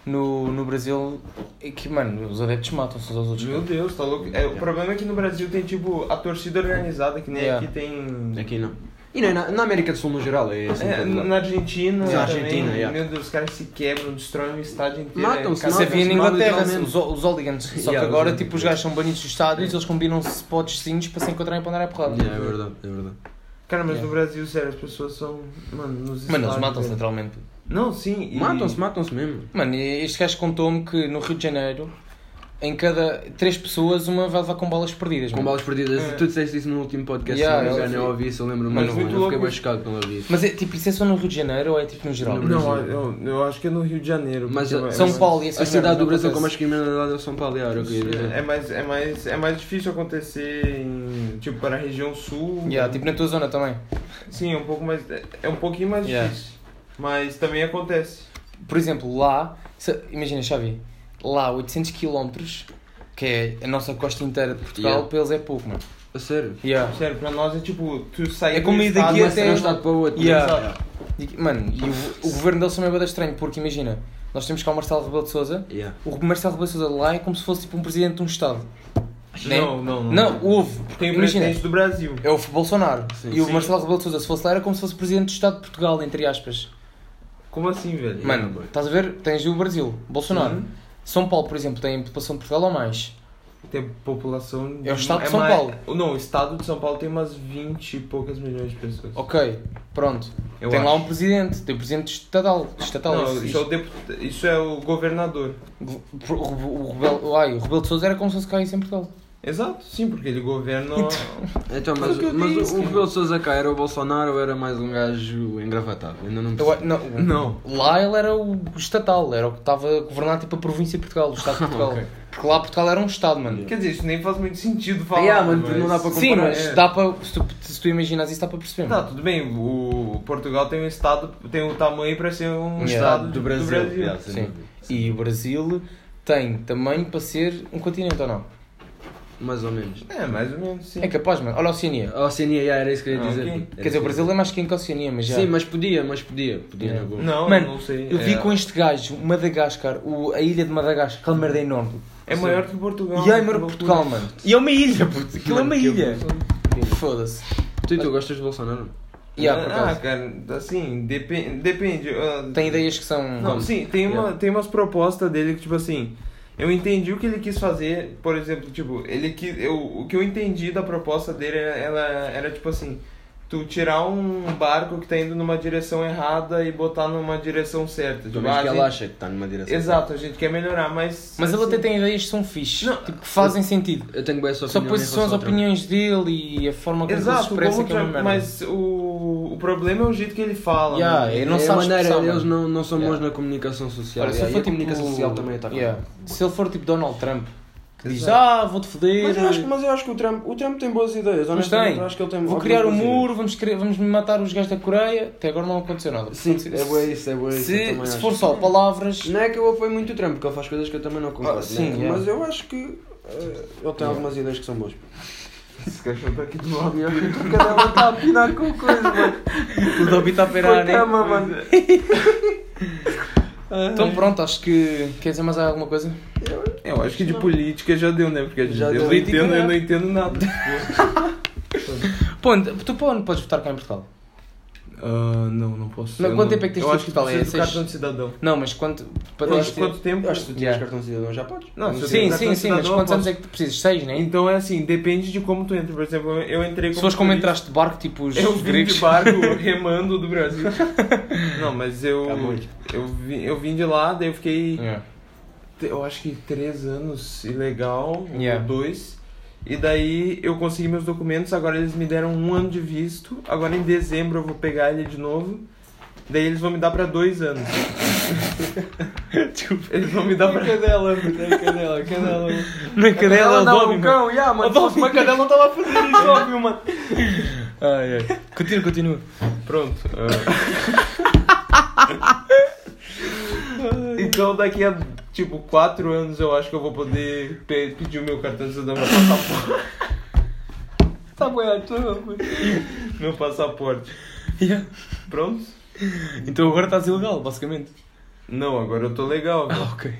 [SPEAKER 1] no, no Brasil, é que, mano, os adeptos matam-se uns aos outros.
[SPEAKER 2] Meu
[SPEAKER 1] cara.
[SPEAKER 2] Deus, tá louco. É, o problema é que no Brasil tem, tipo, a torcida organizada, que nem
[SPEAKER 1] Yeah.
[SPEAKER 2] aqui tem.
[SPEAKER 3] É. Aqui não. E nem na, na América do Sul no geral, é assim.
[SPEAKER 2] É,
[SPEAKER 3] todo lado.
[SPEAKER 2] na Argentina,
[SPEAKER 3] Na
[SPEAKER 2] também,
[SPEAKER 3] Argentina, é. yeah.
[SPEAKER 2] meu Deus, os caras se quebram, destroem o estádio inteiro.
[SPEAKER 3] Matam-se,
[SPEAKER 2] é,
[SPEAKER 1] Isso
[SPEAKER 3] Não,
[SPEAKER 1] havia na
[SPEAKER 3] não,
[SPEAKER 1] Inglaterra,
[SPEAKER 3] literalmente.
[SPEAKER 1] os, os hooligans. Só
[SPEAKER 3] Yeah,
[SPEAKER 1] que agora,
[SPEAKER 3] os
[SPEAKER 1] tipo,
[SPEAKER 3] hooligans.
[SPEAKER 1] os gajos são banidos dos estádios, eles combinam-se potes sinos para se encontrarem para andar a porrada.
[SPEAKER 3] Yeah, é verdade, é verdade.
[SPEAKER 2] Cara, mas
[SPEAKER 1] Yeah.
[SPEAKER 2] no Brasil, sério, as pessoas são. Mano, nos
[SPEAKER 1] Mano, eles
[SPEAKER 2] estádios,
[SPEAKER 1] matam-se
[SPEAKER 2] velho.
[SPEAKER 1] literalmente.
[SPEAKER 2] Não, sim. e-
[SPEAKER 3] Matam-se, matam-se mesmo.
[SPEAKER 1] Mano, e este gajo contou-me que no Rio de Janeiro, em cada três pessoas, uma vai levar com balas perdidas.
[SPEAKER 3] Com
[SPEAKER 1] mano.
[SPEAKER 3] balas perdidas.
[SPEAKER 2] É.
[SPEAKER 3] Tu disseste isso no último podcast,
[SPEAKER 1] Yeah,
[SPEAKER 3] se não me
[SPEAKER 1] eu
[SPEAKER 3] engano, eu ouvi isso, eu lembro-me.
[SPEAKER 1] Mano,
[SPEAKER 3] Mas
[SPEAKER 1] muito
[SPEAKER 3] eu fiquei
[SPEAKER 2] louco.
[SPEAKER 3] bem chocado quando ouvi isso.
[SPEAKER 1] Mas é tipo, isso é só no Rio de Janeiro ou é tipo no geral?
[SPEAKER 3] No
[SPEAKER 2] Não, eu, eu acho que é no Rio de Janeiro.
[SPEAKER 3] Mas
[SPEAKER 2] porque é
[SPEAKER 3] a-
[SPEAKER 2] vai-
[SPEAKER 1] São
[SPEAKER 2] vai-
[SPEAKER 1] Paulo e
[SPEAKER 3] A
[SPEAKER 1] essas merdas
[SPEAKER 3] cidade do
[SPEAKER 1] não
[SPEAKER 3] Brasil com mais
[SPEAKER 1] acontecem.
[SPEAKER 3] criminalidade é São Paulo, era o que eu ia dizer.
[SPEAKER 2] É, é mais, é, mais, é mais difícil acontecer em, tipo, para a região sul. né?
[SPEAKER 1] Yeah, tipo na tua zona também.
[SPEAKER 2] Sim, é um pouco mais. É um pouquinho mais
[SPEAKER 1] Yeah.
[SPEAKER 2] difícil. Mas também acontece.
[SPEAKER 1] Por exemplo, lá, se- imagina, Xavi, lá 800 km, que é a nossa costa inteira de Portugal,
[SPEAKER 3] Yeah.
[SPEAKER 1] para eles é pouco, mano.
[SPEAKER 3] A sério?
[SPEAKER 1] Yeah.
[SPEAKER 2] Sério, pra nós é tipo, tu sair
[SPEAKER 1] É
[SPEAKER 2] do
[SPEAKER 1] como ir
[SPEAKER 2] estado,
[SPEAKER 1] daqui
[SPEAKER 2] mas
[SPEAKER 1] até-
[SPEAKER 3] De um
[SPEAKER 2] não está-
[SPEAKER 3] estado para o outro.
[SPEAKER 1] Yeah.
[SPEAKER 3] Yeah.
[SPEAKER 1] E, mano, e o, o governo deles também é bastante estranho, porque imagina, nós temos cá o Marcelo Rebelo de Souza,
[SPEAKER 3] Yeah.
[SPEAKER 1] o Marcelo Rebelo de Souza lá é como se fosse tipo um presidente de um Estado. né?
[SPEAKER 2] é- Não, não, não.
[SPEAKER 3] Hum.
[SPEAKER 1] Não, houve, porque
[SPEAKER 2] Tem o
[SPEAKER 1] imagina,
[SPEAKER 2] presidente do Brasil.
[SPEAKER 1] é o Bolsonaro.
[SPEAKER 3] Sim,
[SPEAKER 1] e o
[SPEAKER 2] sim.
[SPEAKER 1] Marcelo Rebelo de Souza, se fosse lá, era como se fosse presidente do Estado de Portugal, entre aspas.
[SPEAKER 2] Como assim, velho?
[SPEAKER 3] Mas-
[SPEAKER 1] Mano,
[SPEAKER 3] boy.
[SPEAKER 1] estás a ver? Tens o Brasil, Bolsonaro.
[SPEAKER 2] Uhum.
[SPEAKER 1] São Paulo, por exemplo, tem população de Portugal ou mais.
[SPEAKER 2] Tem população.
[SPEAKER 1] É o estado de
[SPEAKER 2] é
[SPEAKER 1] São
[SPEAKER 2] mais-
[SPEAKER 1] Paulo.
[SPEAKER 2] Não, o estado de São Paulo tem umas 20 e poucas milhões de pessoas.
[SPEAKER 1] Ok, pronto.
[SPEAKER 2] Eu
[SPEAKER 1] tem lá
[SPEAKER 2] acho.
[SPEAKER 1] um presidente, tem um presidente estatal. estatal
[SPEAKER 2] Não,
[SPEAKER 1] esse-
[SPEAKER 2] isso, é o deputa- isso é o governador.
[SPEAKER 1] o, o, Rebelo, ai, o Rebelo de Souza era como se fosse cá em Portugal.
[SPEAKER 2] Exato, sim, porque ele governa.
[SPEAKER 3] Então,
[SPEAKER 1] Mas
[SPEAKER 3] mas,
[SPEAKER 1] o que eu
[SPEAKER 3] mas
[SPEAKER 1] disse,
[SPEAKER 3] o
[SPEAKER 1] cara?
[SPEAKER 3] Rebelo de Sousa cá era o Bolsonaro ou era mais um gajo engravatado? Ainda não
[SPEAKER 1] Eu,
[SPEAKER 3] percebi.
[SPEAKER 1] não,
[SPEAKER 2] Não.
[SPEAKER 1] Lá ele era o estatal, era o que estava a governar tipo a província de Portugal, o Estado de Portugal.
[SPEAKER 3] Ok.
[SPEAKER 1] Porque lá Portugal era um Estado, mano.
[SPEAKER 2] Quer dizer, isso nem faz muito sentido falar.
[SPEAKER 3] Yeah, mano, não dá pra-
[SPEAKER 1] Sim,
[SPEAKER 3] comparar,
[SPEAKER 1] mas
[SPEAKER 2] é.
[SPEAKER 1] dá para. Se tu, se tu imaginas isso, dá para perceber.
[SPEAKER 2] Tá,
[SPEAKER 1] mano.
[SPEAKER 2] tudo bem, o o Portugal tem um estado, tem o tamanho pra ser um
[SPEAKER 1] Um
[SPEAKER 2] estado de-
[SPEAKER 3] do Brasil.
[SPEAKER 2] Do Brasil.
[SPEAKER 3] Yeah, sem
[SPEAKER 1] Sim.
[SPEAKER 3] dúvida.
[SPEAKER 1] E o Brasil tem tamanho para ser um continente ou não?
[SPEAKER 3] Mais ou menos.
[SPEAKER 2] É, mais ou menos, sim.
[SPEAKER 1] É capaz, mano. Olha a Oceania.
[SPEAKER 3] A Oceania, yeah, era isso que eu ia
[SPEAKER 2] Ah,
[SPEAKER 3] dizer.
[SPEAKER 2] ok.
[SPEAKER 1] Quer
[SPEAKER 3] Era
[SPEAKER 1] dizer,
[SPEAKER 3] isso
[SPEAKER 1] o
[SPEAKER 3] que eu
[SPEAKER 1] Brasil é mais pequeno que a Oceania, mas
[SPEAKER 3] ia
[SPEAKER 1] já.
[SPEAKER 3] dizer. Sim, mas podia, mas podia. Podia
[SPEAKER 1] Yeah.
[SPEAKER 3] na boa.
[SPEAKER 2] Não,
[SPEAKER 1] Mano,
[SPEAKER 2] não sei.
[SPEAKER 1] Eu vi
[SPEAKER 2] é,
[SPEAKER 1] com este gajo, o Madagascar, o- a ilha de Madagascar, aquela merda é enorme.
[SPEAKER 2] É maior que Portugal.
[SPEAKER 1] E é maior que
[SPEAKER 2] loucura.
[SPEAKER 1] Portugal, mano. E é uma ilha, puto. Aquilo é
[SPEAKER 3] Mano,
[SPEAKER 1] uma
[SPEAKER 3] que
[SPEAKER 1] ilha.
[SPEAKER 3] evolução.
[SPEAKER 1] Foda-se.
[SPEAKER 3] Tu e Então, tu gostas de Bolsonaro? É,
[SPEAKER 1] Yeah, por
[SPEAKER 2] ah,
[SPEAKER 1] acaso.
[SPEAKER 2] cara, assim, depen- depende. ah,
[SPEAKER 1] Tem ideias que são.
[SPEAKER 2] Não, sim, tem, uma,
[SPEAKER 3] Yeah.
[SPEAKER 2] tem umas propostas dele que, tipo assim, eu entendi o que ele quis fazer, por exemplo, tipo, ele que eu, o que eu entendi da proposta dele, era- ela era tipo assim, tu tirar um barco que tá indo numa direção errada e botar numa direção certa.
[SPEAKER 3] Pelo
[SPEAKER 2] Tipo,
[SPEAKER 3] menos
[SPEAKER 2] ah,
[SPEAKER 3] que
[SPEAKER 2] a
[SPEAKER 3] ela
[SPEAKER 2] gente-
[SPEAKER 3] acha que é está numa direção.
[SPEAKER 2] Exato, a gente quer melhorar, mas. assim,
[SPEAKER 1] Mas ele até tem ideias que são fixes,
[SPEAKER 2] Não,
[SPEAKER 1] tipo, que fazem sentido.
[SPEAKER 3] Eu tenho bem essa
[SPEAKER 1] Só
[SPEAKER 3] opinião.
[SPEAKER 1] depois
[SPEAKER 3] em
[SPEAKER 1] são as
[SPEAKER 3] relação ao Trump.
[SPEAKER 1] opiniões dele e a
[SPEAKER 3] um
[SPEAKER 1] forma como ele se
[SPEAKER 2] Exato,
[SPEAKER 1] expressa
[SPEAKER 2] como
[SPEAKER 1] que é uma
[SPEAKER 2] já-
[SPEAKER 1] merda.
[SPEAKER 2] mas o, o problema é o jeito que ele fala. né?
[SPEAKER 1] Yeah,
[SPEAKER 2] mano.
[SPEAKER 1] ele não
[SPEAKER 3] é a
[SPEAKER 1] sabe
[SPEAKER 3] maneira,
[SPEAKER 1] expressar,
[SPEAKER 3] eles
[SPEAKER 1] mano.
[SPEAKER 3] não, não são bons
[SPEAKER 1] Yeah.
[SPEAKER 3] na comunicação social.
[SPEAKER 1] Olha, se ele
[SPEAKER 3] yeah, e
[SPEAKER 1] for
[SPEAKER 3] a
[SPEAKER 1] tipo-
[SPEAKER 3] comunicação social também está
[SPEAKER 1] Yeah. Se ele for tipo Donald Trump, que diz,
[SPEAKER 2] Exato.
[SPEAKER 1] ah, vou-te foder,
[SPEAKER 3] Mas eu acho, que- mas eu acho que o Trump, o Trump tem boas ideias,
[SPEAKER 1] Mas
[SPEAKER 3] honestamente.
[SPEAKER 1] tem.
[SPEAKER 3] Eu acho que ele tem
[SPEAKER 1] vou
[SPEAKER 3] algumas
[SPEAKER 1] criar um
[SPEAKER 3] boas
[SPEAKER 1] muro, vamos, criar, vamos matar os gajos da Coreia, até agora não aconteceu nada.
[SPEAKER 3] ideias. Sim,
[SPEAKER 1] se,
[SPEAKER 3] é boa isso, é boa isso. eu também
[SPEAKER 1] se, se
[SPEAKER 3] acho.
[SPEAKER 1] for só palavras,
[SPEAKER 3] Não é que eu apoio muito o Trump, porque ele faz coisas que eu também não concordo.
[SPEAKER 1] Ah, sim,
[SPEAKER 3] né?
[SPEAKER 1] yeah.
[SPEAKER 3] Mas eu acho que eh, ele tem algumas ideias que são boas.
[SPEAKER 2] Esse cachorro tá aqui do lado.
[SPEAKER 3] E eu acho que o cara está tá a apinar com coisa, mano.
[SPEAKER 1] o Dobby está a
[SPEAKER 3] Foi
[SPEAKER 1] peirar, né?
[SPEAKER 3] cama, mano.
[SPEAKER 1] Então pronto, acho que. Quer dizer mais alguma coisa?
[SPEAKER 2] É, Eu acho que de política já deu, né? Porque a gente,
[SPEAKER 3] Já
[SPEAKER 2] eu,
[SPEAKER 3] deu.
[SPEAKER 2] não entendo, eu
[SPEAKER 1] Política,
[SPEAKER 2] não entendo nada.
[SPEAKER 1] Pô, tu pô, não podes votar cá em Portugal?
[SPEAKER 2] Ah, não, não posso.
[SPEAKER 1] Não,
[SPEAKER 2] eu
[SPEAKER 1] quanto
[SPEAKER 2] não-
[SPEAKER 1] tempo é que tens
[SPEAKER 2] Eu
[SPEAKER 1] de
[SPEAKER 2] acho que tu
[SPEAKER 1] hospital? É
[SPEAKER 2] precisa do
[SPEAKER 1] seis?
[SPEAKER 2] cartão de cidadão.
[SPEAKER 1] Não, mas quanto. Para
[SPEAKER 2] Eu
[SPEAKER 1] teres-
[SPEAKER 2] acho que quanto tempo?
[SPEAKER 3] Eu acho que tu tinhas
[SPEAKER 1] Yeah.
[SPEAKER 3] cartão de cidadão, já podes.
[SPEAKER 2] Não, se eu
[SPEAKER 1] Sim,
[SPEAKER 2] tenho
[SPEAKER 1] sim,
[SPEAKER 2] cartão de
[SPEAKER 1] sim, mas
[SPEAKER 2] cidadão, eu
[SPEAKER 1] quantos anos
[SPEAKER 2] posso.
[SPEAKER 1] é que tu precisas? Seis, né?
[SPEAKER 2] Então é assim, depende de como tu entra. Por exemplo, eu entrei como.
[SPEAKER 1] Se fores como
[SPEAKER 2] turista.
[SPEAKER 1] entraste de barco, tipo os
[SPEAKER 2] Eu vim
[SPEAKER 1] gregos.
[SPEAKER 2] de barco remando do Brasil. Não, mas eu.
[SPEAKER 3] Tá muito.
[SPEAKER 2] Eu vim, eu vim de lá, daí eu fiquei.
[SPEAKER 1] Yeah.
[SPEAKER 2] te- Eu acho que três anos ilegal,
[SPEAKER 1] Yeah.
[SPEAKER 2] ou dois. E daí eu consegui meus documentos, agora eles me deram um ano de visto. Agora em dezembro eu vou pegar ele de novo. Daí eles vão me dar pra dois anos. eles vão me dar pra. é
[SPEAKER 3] Cadela, cadela, cadela.
[SPEAKER 1] Na cadela,
[SPEAKER 3] não,
[SPEAKER 2] um
[SPEAKER 1] Dobby,
[SPEAKER 3] o
[SPEAKER 1] é mano.
[SPEAKER 3] cão, yeah, mano.
[SPEAKER 1] O
[SPEAKER 3] Se fosse
[SPEAKER 1] Dobby.
[SPEAKER 3] uma cadela não estava a fazer isso, óbvio, mano.
[SPEAKER 1] Ai, ai. Continua, continua.
[SPEAKER 2] Pronto. ah. então daqui a tipo 4 anos eu acho que eu vou poder pe- pedir o meu cartão de cidadão, meu passaporte.
[SPEAKER 3] Tá boiado, tu não, mano.
[SPEAKER 2] meu passaporte.
[SPEAKER 1] Yeah.
[SPEAKER 2] Pronto?
[SPEAKER 1] Então agora estás ilegal, basicamente.
[SPEAKER 2] Não, agora eu tô legal. velho.
[SPEAKER 1] Ah, ok.
[SPEAKER 3] Um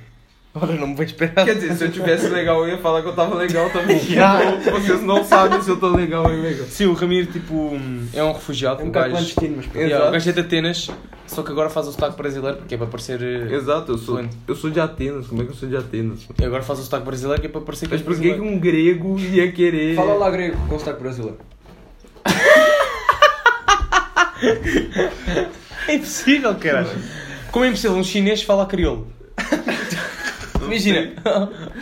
[SPEAKER 1] Ora, não me vou esperar.
[SPEAKER 2] Quer dizer, se eu tivesse legal eu ia falar que eu tava legal também.
[SPEAKER 1] Já.
[SPEAKER 2] Então, vocês não sabem se eu tô legal ou ilegal.
[SPEAKER 1] Sim, o Ramiro, tipo, é um refugiado.
[SPEAKER 3] É um
[SPEAKER 1] o
[SPEAKER 3] bocado
[SPEAKER 1] gajo.
[SPEAKER 3] clandestino, mas pronto.
[SPEAKER 1] Yeah,
[SPEAKER 2] Exato.
[SPEAKER 1] o gajo é de Atenas, só que agora faz o sotaque brasileiro, porque é para parecer. eh,
[SPEAKER 2] Exato, eu sou,
[SPEAKER 1] Fluente.
[SPEAKER 2] eu sou de Atenas. Como é que eu sou de Atenas?
[SPEAKER 1] E agora faz o sotaque brasileiro, que é para parecer que
[SPEAKER 2] Mas
[SPEAKER 1] és
[SPEAKER 2] por que que
[SPEAKER 1] brasileiro.
[SPEAKER 2] um grego ia querer.
[SPEAKER 3] Fala lá grego com sotaque brasileiro.
[SPEAKER 1] É impossível, caralho. Como é impossível um chinês falar crioulo? Imagina,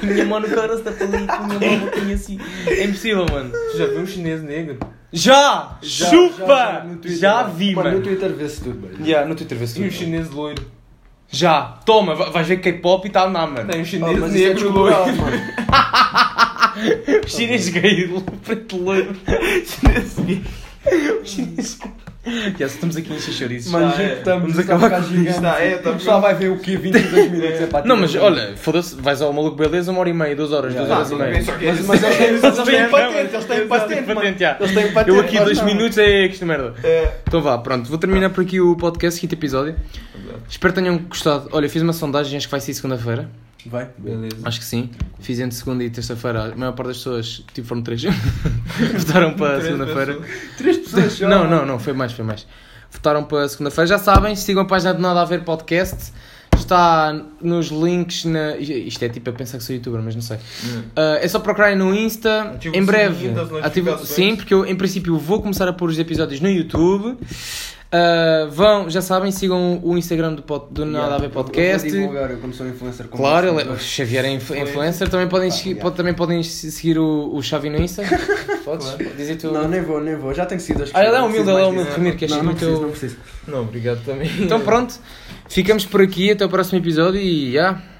[SPEAKER 1] minha mão no cara está falando com a minha mão boquinha assim. É impossível, mano.
[SPEAKER 2] Tu já viu um chinês negro?
[SPEAKER 1] Já!
[SPEAKER 3] Já,
[SPEAKER 1] Chupa! Já,
[SPEAKER 3] no Twitter, mano.
[SPEAKER 1] vi,
[SPEAKER 3] Mano,
[SPEAKER 1] mano. é
[SPEAKER 3] no Twitter vê-se tudo, mano.
[SPEAKER 1] Já, no Twitter
[SPEAKER 2] E um
[SPEAKER 1] vê-se tudo.
[SPEAKER 2] chinês loiro.
[SPEAKER 1] Já, toma, va- vais ver K-pop e tal, não, mano.
[SPEAKER 2] Tem um
[SPEAKER 3] Oh,
[SPEAKER 2] chinês
[SPEAKER 3] mas isso é
[SPEAKER 2] negro loiro.
[SPEAKER 3] desculpável, mano.
[SPEAKER 1] Chinês gay,
[SPEAKER 3] um
[SPEAKER 1] preto loiro. Chinês gay. Chinês gay. Já, estamos aqui em xixorizes.
[SPEAKER 3] Mano,
[SPEAKER 2] Tá,
[SPEAKER 3] já
[SPEAKER 2] é.
[SPEAKER 3] que estamos,
[SPEAKER 1] Vamos
[SPEAKER 3] isso é um
[SPEAKER 1] acabar
[SPEAKER 3] bocado
[SPEAKER 1] com
[SPEAKER 3] gigante.
[SPEAKER 2] isto, tá, é, tá
[SPEAKER 3] o pessoal vai ver o quê? 22 minutos, é pá,
[SPEAKER 1] Não,
[SPEAKER 3] tira
[SPEAKER 1] mas
[SPEAKER 3] tudo.
[SPEAKER 1] olha, foda-se, vais ao maluco beleza uma hora e meia, duas horas,
[SPEAKER 3] Já,
[SPEAKER 1] duas
[SPEAKER 3] já,
[SPEAKER 1] horas e
[SPEAKER 3] tudo
[SPEAKER 1] meia.
[SPEAKER 3] Mas, mas eles têm, eles têm patente, eles têm patente, mano.
[SPEAKER 1] patente, já.
[SPEAKER 3] Eles têm patente.
[SPEAKER 1] Eu aqui
[SPEAKER 3] nós
[SPEAKER 1] dois
[SPEAKER 3] não.
[SPEAKER 1] minutos é que isto é merda.
[SPEAKER 2] É.
[SPEAKER 1] Então vá, pronto, vou terminar por aqui o podcast, quinto episódio. Espero que tenham gostado. Olha, fiz uma sondagem, acho que vai ser segunda-feira.
[SPEAKER 3] Vai.
[SPEAKER 2] Beleza.
[SPEAKER 1] Acho que sim. Fiz entre segunda e terça-feira. A maior parte das pessoas, tipo, foram três. Votaram para
[SPEAKER 2] Três
[SPEAKER 1] segunda-feira.
[SPEAKER 2] pessoas.
[SPEAKER 3] Três pessoas já.
[SPEAKER 1] Não, não, não, foi mais, foi mais. Votaram para segunda-feira. Já sabem, sigam a página do Nada a Ver Podcast. Está nos links na. Isto é tipo a pensar que sou youtuber, mas não sei. Ah, é só procurarem no Insta.
[SPEAKER 2] Ativa
[SPEAKER 1] em
[SPEAKER 2] o
[SPEAKER 1] breve.
[SPEAKER 2] sininho das
[SPEAKER 1] ativa-
[SPEAKER 2] notificações.
[SPEAKER 1] Sim, porque eu em princípio vou começar a pôr os episódios no YouTube. Ah, vão, já sabem, sigam o Instagram do, pod- do Nada a Ver Podcast.
[SPEAKER 3] Eu vou divulgar, eu como sou influencer. como Ah,
[SPEAKER 1] Claro,
[SPEAKER 3] você,
[SPEAKER 1] ele é-
[SPEAKER 3] então.
[SPEAKER 1] o Xavier é influ- influencer. Também podem, segui-
[SPEAKER 3] já.
[SPEAKER 1] pode- também podem se- seguir o, o Xavi no Insta. Podes? Dizer tu.
[SPEAKER 3] Não, nem vou, nem vou. Já tenho sido. acho que
[SPEAKER 1] Ah, ele é
[SPEAKER 3] não
[SPEAKER 1] humilde,
[SPEAKER 3] preciso
[SPEAKER 1] ele é
[SPEAKER 3] mais
[SPEAKER 1] humilde. Ramiro,
[SPEAKER 3] disso.
[SPEAKER 1] queres
[SPEAKER 3] Não,
[SPEAKER 1] seguir o
[SPEAKER 3] não
[SPEAKER 1] teu.
[SPEAKER 3] preciso, não preciso.
[SPEAKER 2] Não, obrigado também.
[SPEAKER 1] Então pronto, ficamos por aqui, até o próximo episódio e já.